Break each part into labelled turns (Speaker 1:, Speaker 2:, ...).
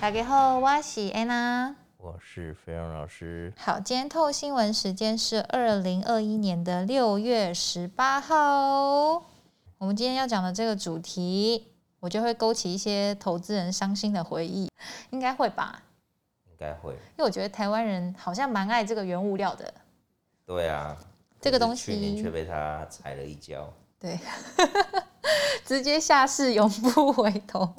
Speaker 1: 大家好，我是安娜。
Speaker 2: 我是肥荣老师。
Speaker 1: 好，今天透新闻时间是二零二一年的六月十八号哦。我们今天要讲的这个主题，我就会勾起一些投资人伤心的回忆，应该会吧？
Speaker 2: 应该会。
Speaker 1: 因为我觉得台湾人好像蛮爱这个原物料的。
Speaker 2: 对啊，
Speaker 1: 这个
Speaker 2: 可是
Speaker 1: 东西
Speaker 2: 去年却被他踩了一跤。
Speaker 1: 对， 直接下市永不回头，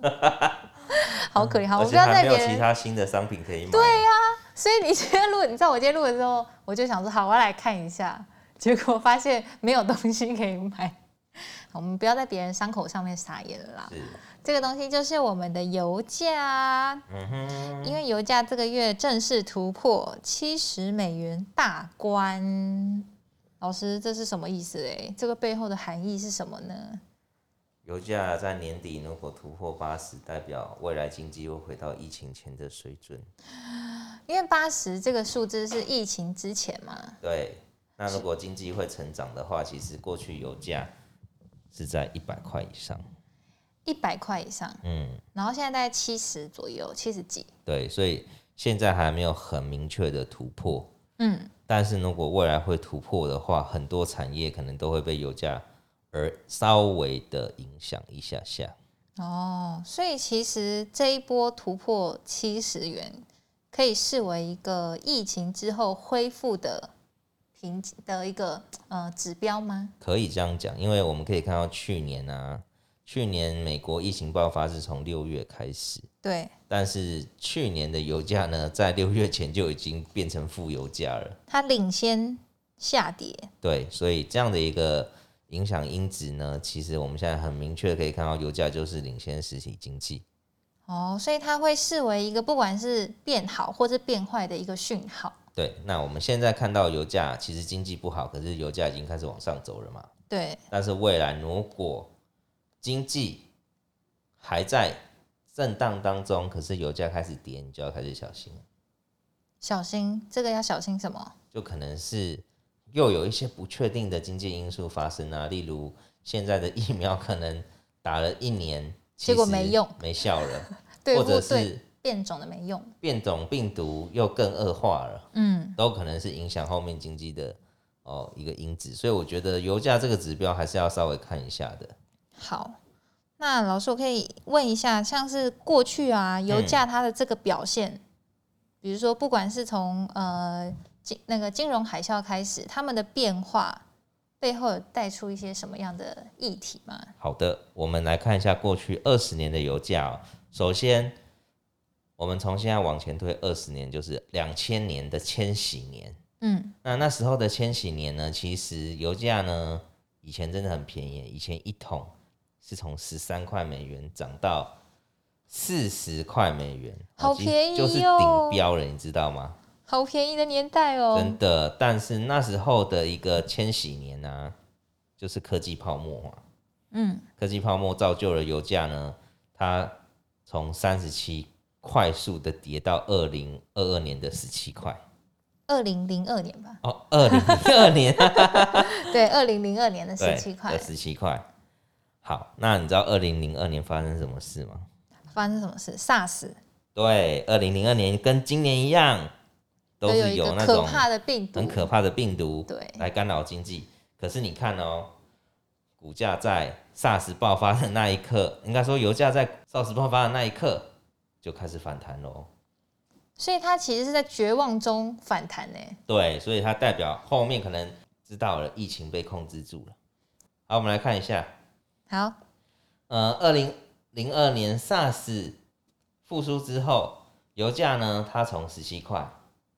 Speaker 1: 好可怜。好，我
Speaker 2: 而
Speaker 1: 不
Speaker 2: 且
Speaker 1: 要
Speaker 2: 还
Speaker 1: 在别
Speaker 2: 没有其
Speaker 1: 人。啊
Speaker 2: 他新的商品可以买。对呀、
Speaker 1: 所以你今天录，你知道我今天录的时候，我就想说好，我要来看一下， 结果发现没有东西可以买。 好我们不要在别人伤口上面撒盐了啦。
Speaker 2: 是，
Speaker 1: 这个东西就是我们的油价，
Speaker 2: 嗯哼，
Speaker 1: 因为油价这个月正式突破七十美元大关。老师，这是什么意思？哎，这个背后的含义是什么呢？
Speaker 2: 油价在年底如果突破八十，代表未来经济会回到疫情前的水准。
Speaker 1: 因为八十这个数字是疫情之前嘛，
Speaker 2: 对，那如果经济会成长的话，其实过去油价是在一百块以上。
Speaker 1: 一百块以上，
Speaker 2: 嗯，
Speaker 1: 然后现在大概七十左右，七十几，
Speaker 2: 对，所以现在还没有很明确的突破。
Speaker 1: 嗯。
Speaker 2: 但是如果未来会突破的话，很多产业可能都会被油价而稍微的影响一下下。
Speaker 1: 哦，所以其实这一波突破七十元，可以视为一个疫情之后恢复的平的一个呃指标吗？
Speaker 2: 可以这样讲，因为我们可以看到去年啊，去年美国疫情爆发是从六月开始，
Speaker 1: 对，
Speaker 2: 但是去年的油价呢，在六月前就已经变成负油价了。
Speaker 1: 它领先下跌，
Speaker 2: 对，所以这样的一个影响因子呢，其实我们现在很明确地可以看到，油价就是领先实体经济。
Speaker 1: 哦，所以它会视为一个不管是变好或是变坏的一个讯号。
Speaker 2: 对，那我们现在看到油价其实经济不好，可是油价已经开始往上走了嘛。
Speaker 1: 对，
Speaker 2: 但是未来如果经济还在震荡当中，可是油价开始跌，你就要开始小心了，
Speaker 1: 小心这个要小心什么？
Speaker 2: 就可能是又有一些不确定的经济因素发生啊，例如现在的疫苗可能打了一年，其
Speaker 1: 结果
Speaker 2: 实
Speaker 1: 没用
Speaker 2: 没效了，
Speaker 1: 对
Speaker 2: 或
Speaker 1: 不
Speaker 2: 者
Speaker 1: 对？
Speaker 2: 是
Speaker 1: 变种的没用。
Speaker 2: 变种病毒又更恶化了。
Speaker 1: 嗯，
Speaker 2: 都可能是影响后面经济的哦一个因子，所以我觉得油价这个指标还是要稍微看一下的。
Speaker 1: 好，那老师，我可以问一下，像是过去啊，油价它的这个表现，比如说不管是从呃金那个金融海啸开始，它们的变化背后有带出一些什么样的议题吗？
Speaker 2: 好的，我们来看一下过去二十年的油价、哦。首先，我们从现在往前推二十年，就是两千年的千禧年。
Speaker 1: 嗯，
Speaker 2: 那那时候的千禧年呢，其实油价呢以前真的很便宜，以前一桶是从十三块美元涨到四十块美元，
Speaker 1: 好
Speaker 2: 几
Speaker 1: 便宜
Speaker 2: 就是
Speaker 1: 哦
Speaker 2: 顶标了，你知道吗？
Speaker 1: 好便宜的年代哦
Speaker 2: 真。的，但是那时候的一个千禧年啊，就是科技泡沫嘛、
Speaker 1: 嗯，
Speaker 2: 科技泡沫造就了油价呢，它从三十七快速的跌到二零二二年的十七块
Speaker 1: 二零零二年吧，
Speaker 2: 哦，二零零二年啊
Speaker 1: 对，二零零二年的
Speaker 2: 对
Speaker 1: 十七块
Speaker 2: 的，十七块。好，那你知道二零零二年发生什么事吗？
Speaker 1: 发生什么事？SARS
Speaker 2: 对，二零零二年跟今年一样，都
Speaker 1: 有
Speaker 2: 是
Speaker 1: 一个
Speaker 2: 那
Speaker 1: 可
Speaker 2: 种
Speaker 1: 怕的病毒，
Speaker 2: 很可怕的病毒，
Speaker 1: 对
Speaker 2: 来干扰经济。可是你看哦，股价在 SARS 爆发的那一刻，应该说油价在 SARS 爆发的那一刻就开始反弹喽。
Speaker 1: 所以它其实是在绝望中反弹欸呢、
Speaker 2: 对，所以它代表后面可能知道了疫情被控制住了。好，我们来看一下，
Speaker 1: 好，
Speaker 2: 呃，二零零二年 SARS 复苏之后，油价呢，它从十七块，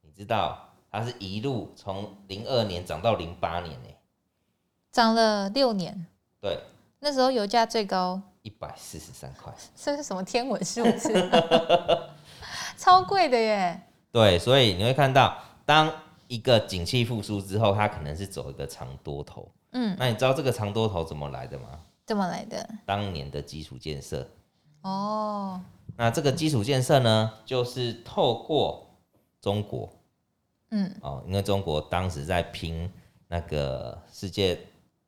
Speaker 2: 你知道，它是一路从零二年涨到零八年呢、
Speaker 1: 涨了六年。
Speaker 2: 对，
Speaker 1: 那时候油价最高，
Speaker 2: 一百四十三块。
Speaker 1: 这是什么天文数 字？超贵的耶！
Speaker 2: 对，所以你会看到，当一个景气复苏之后，它可能是走一个长多头。
Speaker 1: 嗯，
Speaker 2: 那你知道这个长多头怎么来的吗？
Speaker 1: 这么来的
Speaker 2: 当年的基础建设。
Speaker 1: 哦。
Speaker 2: 那这个基础建设呢，就是透过中国
Speaker 1: 嗯，
Speaker 2: 哦，因为中国当时在拼那个世界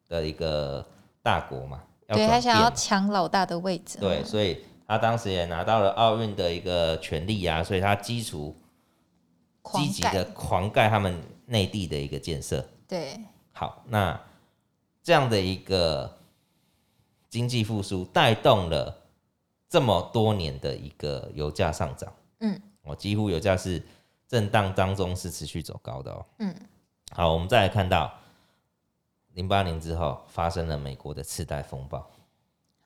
Speaker 2: 的一个大国嘛，要
Speaker 1: 对，他
Speaker 2: 转
Speaker 1: 想
Speaker 2: 变
Speaker 1: 要
Speaker 2: 嘛，
Speaker 1: 抢老大的位置。嗯
Speaker 2: 对，，所以他当时也拿到了奥运的一个权利啊，所以他基础
Speaker 1: 狂
Speaker 2: 积极
Speaker 1: 改
Speaker 2: 的狂盖他们内地的一个建设。
Speaker 1: 对，
Speaker 2: 好，那这样的一个经济复苏，带动了这么多年的一个油价上涨。
Speaker 1: 嗯，
Speaker 2: 我、几乎油价是震荡当中是持续走高的哦。
Speaker 1: 嗯，
Speaker 2: 好，我们再来看到零八年之后发生了美国的次贷风暴，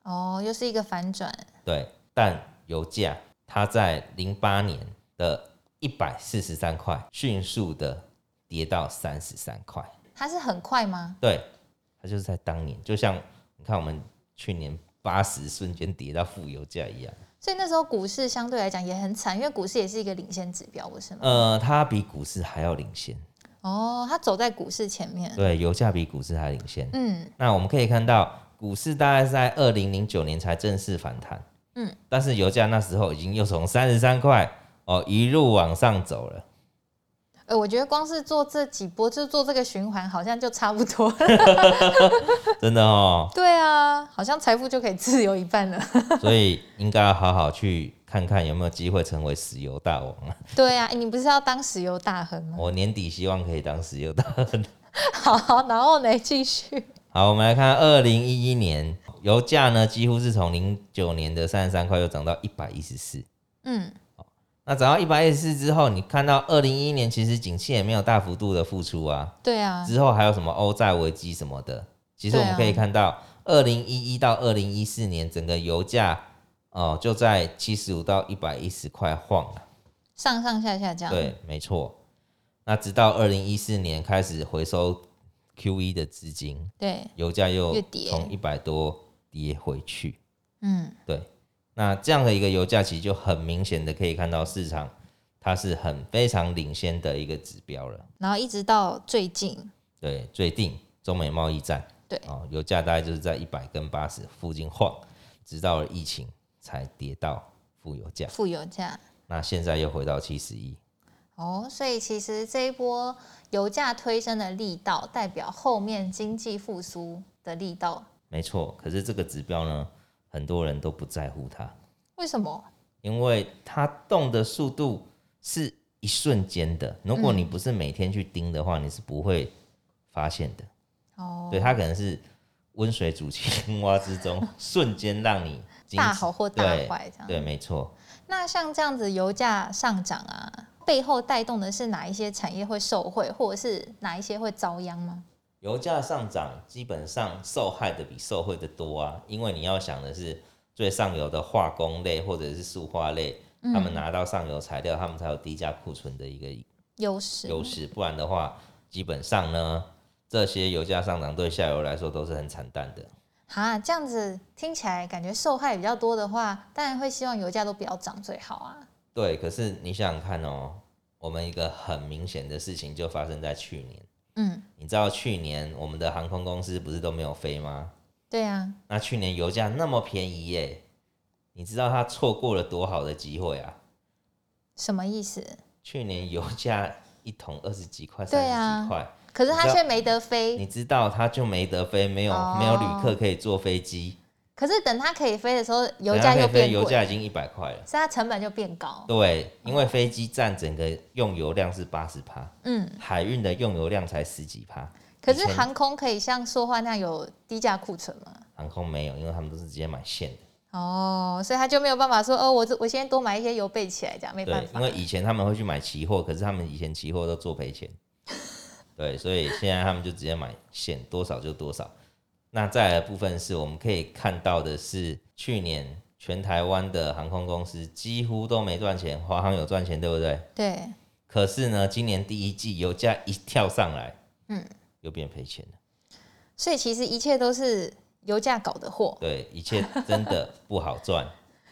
Speaker 1: 哦，又是一个反转，
Speaker 2: 对，但油价它在零八年的一百四十三块迅速的跌到三十三块。
Speaker 1: 它是很快吗？
Speaker 2: 对，它就是在当年，就像你看我们去年八十瞬间跌到负油价一样。
Speaker 1: 所以那时候股市相对来讲也很惨，因为股市也是一个领先指标，不是吗？
Speaker 2: 呃，它比股市还要领先，
Speaker 1: 哦，它走在股市前面。
Speaker 2: 对，油价比股市还领先。
Speaker 1: 嗯
Speaker 2: 那我们可以看到，股市大概是在二零零九年才正式反弹，
Speaker 1: 嗯，
Speaker 2: 但是油价那时候已经又从三十三块哦一路往上走了。
Speaker 1: 呃，我觉得光是做这几波，就做这个循环，好像就差不多了。
Speaker 2: 真的哦，
Speaker 1: 对啊，好像财富就可以自由一半了。
Speaker 2: 所以应该要好好去看看有没有机会成为石油大王啊！
Speaker 1: 对啊，诶你不是要当石油大亨吗？
Speaker 2: 我年底希望可以当石油大亨。
Speaker 1: 好，然后呢，继续。
Speaker 2: 好，我们来看二零一一年，油价呢几乎是从零九年的三十三块又涨到一百一十四。
Speaker 1: 嗯，
Speaker 2: 那涨到一百一十四之后，你看到二零一一年其实景气也没有大幅度的复苏啊，
Speaker 1: 对啊，
Speaker 2: 之后还有什么欧债危机什么的，其实我们
Speaker 1: 对啊
Speaker 2: 可以看到，二零一一到二零一四年整个油价哦、就在七十五到一百一十块晃啊
Speaker 1: 上上下下这样。
Speaker 2: 对，没错。那直到二零一四年开始回收 QE 的资金，
Speaker 1: 对
Speaker 2: 油价又
Speaker 1: 又跌
Speaker 2: 从一百多跌回去。
Speaker 1: 嗯，
Speaker 2: 对，那这样的一个油价，其实就很明显的可以看到市场它是很非常领先的一个指标了。
Speaker 1: 然后一直到最近，
Speaker 2: 对，最近中美贸易战，
Speaker 1: 对
Speaker 2: 哦，油价大概就是在一百跟八十附近晃，直到了疫情才跌到负油价。
Speaker 1: 负油价。
Speaker 2: 那现在又回到七十一，
Speaker 1: 哦，所以其实这一波油价推升的力道，代表后面经济复苏的力道。
Speaker 2: 没错。可是这个指标呢，很多人都不在乎它，
Speaker 1: 为什么？
Speaker 2: 因为它动的速度是一瞬间的。如果
Speaker 1: 嗯
Speaker 2: 你不是每天去盯的话，你是不会发现的。
Speaker 1: 哦，
Speaker 2: 对，它可能是温水煮青蛙之 中，瞬间让你惊
Speaker 1: 大
Speaker 2: 喜
Speaker 1: 好或大坏这样。
Speaker 2: 对，没错。
Speaker 1: 那像这样子油价上涨啊，背后带动的是哪一些产业会受惠，或者是哪一些会遭殃吗？
Speaker 2: 油价上涨，基本上受害的比受惠的多啊，因为你要想的是最上游的化工类或者是塑化类，他
Speaker 1: 嗯
Speaker 2: 们拿到上游材料，他们才有低价库存的一个
Speaker 1: 优势，
Speaker 2: 优势，不然的话，基本上呢，这些油价上涨对下游来说都是很惨淡的。
Speaker 1: 哈，这样子听起来感觉受害比较多的话，当然会希望油价都不要涨最好啊。
Speaker 2: 对，可是你想想看哦，我们一个很明显的事情就发生在去年。
Speaker 1: 嗯，
Speaker 2: 你知道去年我们的航空公司不是都没有飞吗？
Speaker 1: 对啊，
Speaker 2: 那去年油价那么便宜耶、你知道它错过了多好的机会啊！
Speaker 1: 什么意思？
Speaker 2: 去年油价一桶二十几块、
Speaker 1: 对
Speaker 2: 三
Speaker 1: 啊
Speaker 2: 十几块，
Speaker 1: 可是
Speaker 2: 你
Speaker 1: 它
Speaker 2: 知道
Speaker 1: 却没得飞。
Speaker 2: 你知道它就没得飞，没有、
Speaker 1: 哦
Speaker 2: 没有旅客可以坐飞机，
Speaker 1: 可是等它可以飞的时候，油
Speaker 2: 等
Speaker 1: 价
Speaker 2: 它可
Speaker 1: 又
Speaker 2: 以飞，
Speaker 1: 变
Speaker 2: 油
Speaker 1: 贵，
Speaker 2: 价已经一百块了。
Speaker 1: 所以它成本就变高。
Speaker 2: 对，因为飞机占整个用油量是八十趴，
Speaker 1: 嗯，
Speaker 2: 海运的用油量才十几趴，
Speaker 1: 可是
Speaker 2: 以前
Speaker 1: 航空可以像说话那样有低价库存吗？
Speaker 2: 航空没有，因为他们都是直接买现的。
Speaker 1: 哦，所以他就没有办法说，哦，我这我先多买一些油备起来，这样没办
Speaker 2: 对，
Speaker 1: 法
Speaker 2: 因。为以前他们会去买期货，可是他们以前期货都做赔钱， 对，所以现在他们就直接买现，多少就多少。那再来的部分是我们可以看到的是，去年全台湾的航空公司几乎都没赚钱，华航有赚钱，对不对？
Speaker 1: 对，
Speaker 2: 可是呢，今年第一季油价一跳上来，
Speaker 1: 嗯，
Speaker 2: 又变赔钱了。
Speaker 1: 所以其实一切都是油价搞的祸，
Speaker 2: 对，一切真的不好 赚。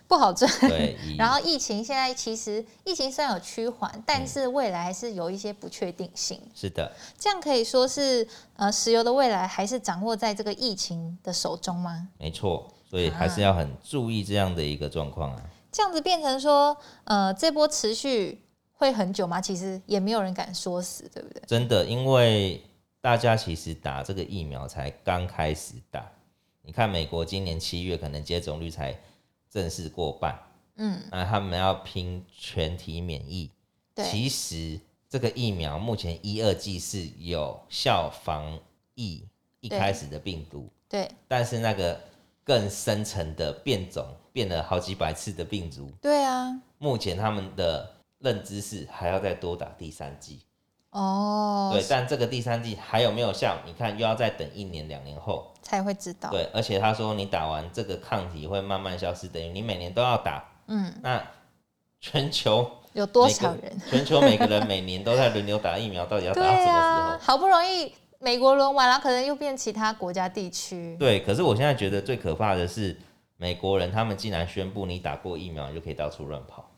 Speaker 1: 不好赚。
Speaker 2: 对，以
Speaker 1: 然后疫情现在其实疫情虽然有趋缓，但是未来还是有一些不确定性。
Speaker 2: 是的，
Speaker 1: 这样可以说是，呃，石油的未来还是掌握在这个疫情的手中吗？
Speaker 2: 没错，所以还
Speaker 1: 啊
Speaker 2: 是要很注意这样的一个状况啊。
Speaker 1: 这样子变成说，呃，这波持续会很久吗？其实也没有人敢说死，对不对？
Speaker 2: 真的，因为大家其实打这个疫苗才刚开始打，你看美国今年七月可能接种率才正式过半，
Speaker 1: 嗯，
Speaker 2: 那他们要拼全体免疫。
Speaker 1: 对，
Speaker 2: 其实这个疫苗目前一二剂是有效防疫一
Speaker 1: 对
Speaker 2: 开始的病毒，
Speaker 1: 对，
Speaker 2: 但是那个更深层的变种，变了好几百次的病毒，
Speaker 1: 对啊，
Speaker 2: 目前他们的认知是还要再多打第三剂。
Speaker 1: 哦
Speaker 2: 对，，但这个第三剂还有没有效？你看又要再等一年两年后。
Speaker 1: 才会知道，
Speaker 2: 对，而且他说你打完这个抗体会慢慢消失，等于你每年都要打。
Speaker 1: 嗯，
Speaker 2: 那全球
Speaker 1: 有多
Speaker 2: 每个
Speaker 1: 少人？
Speaker 2: 全球每个人每年都在轮流打疫苗，到底要打
Speaker 1: 对
Speaker 2: 到什么时
Speaker 1: 啊，
Speaker 2: 候？
Speaker 1: 好不容易美国轮完了，可能又变其他国家地区。
Speaker 2: 对，可是我现在觉得最可怕的是美国人，他们竟然宣布你打过疫苗，你就可以到处乱跑。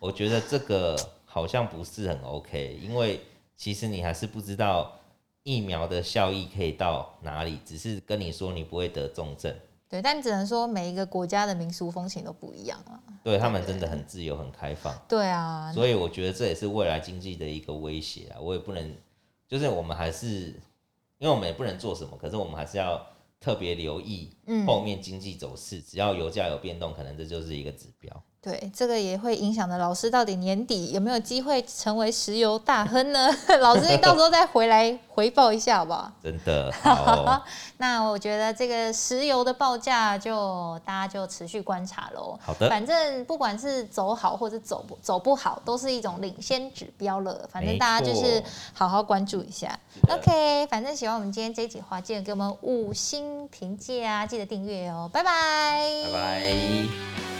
Speaker 2: 我觉得这个好像不是很 OK，因为其实你还是不知道疫苗的效益可以到哪里，只是跟你说你不会得重症。
Speaker 1: 对，但只能说每一个国家的民俗风情都不一样啊。
Speaker 2: 对他们真的很自由、很开放，
Speaker 1: 对啊，
Speaker 2: 所以我觉得这也是未来经济的一个威胁啊。我也不能，就是我们还是，因为我们也不能做什么，可是我们还是要特别留意
Speaker 1: 嗯，
Speaker 2: 后面经济走势，只要油价有变动，可能这就是一个指标。
Speaker 1: 对，这个也会影响的。老师到底年底有没有机会成为石油大亨呢？ 老师，你到时候再回来回报一下好不好？
Speaker 2: 真的好哦、
Speaker 1: 那我觉得这个石油的报价就大家就持续观察喽。
Speaker 2: 好的，
Speaker 1: 反正不管是走好或者走不走不好，都是一种领先指标了。反正大家就是
Speaker 2: 没错
Speaker 1: 好好关注一下。
Speaker 2: 是的
Speaker 1: OK，反正喜欢我们今天这一集的话，记得给我们五星评价啊，记得订阅哦，拜拜，
Speaker 2: 拜拜。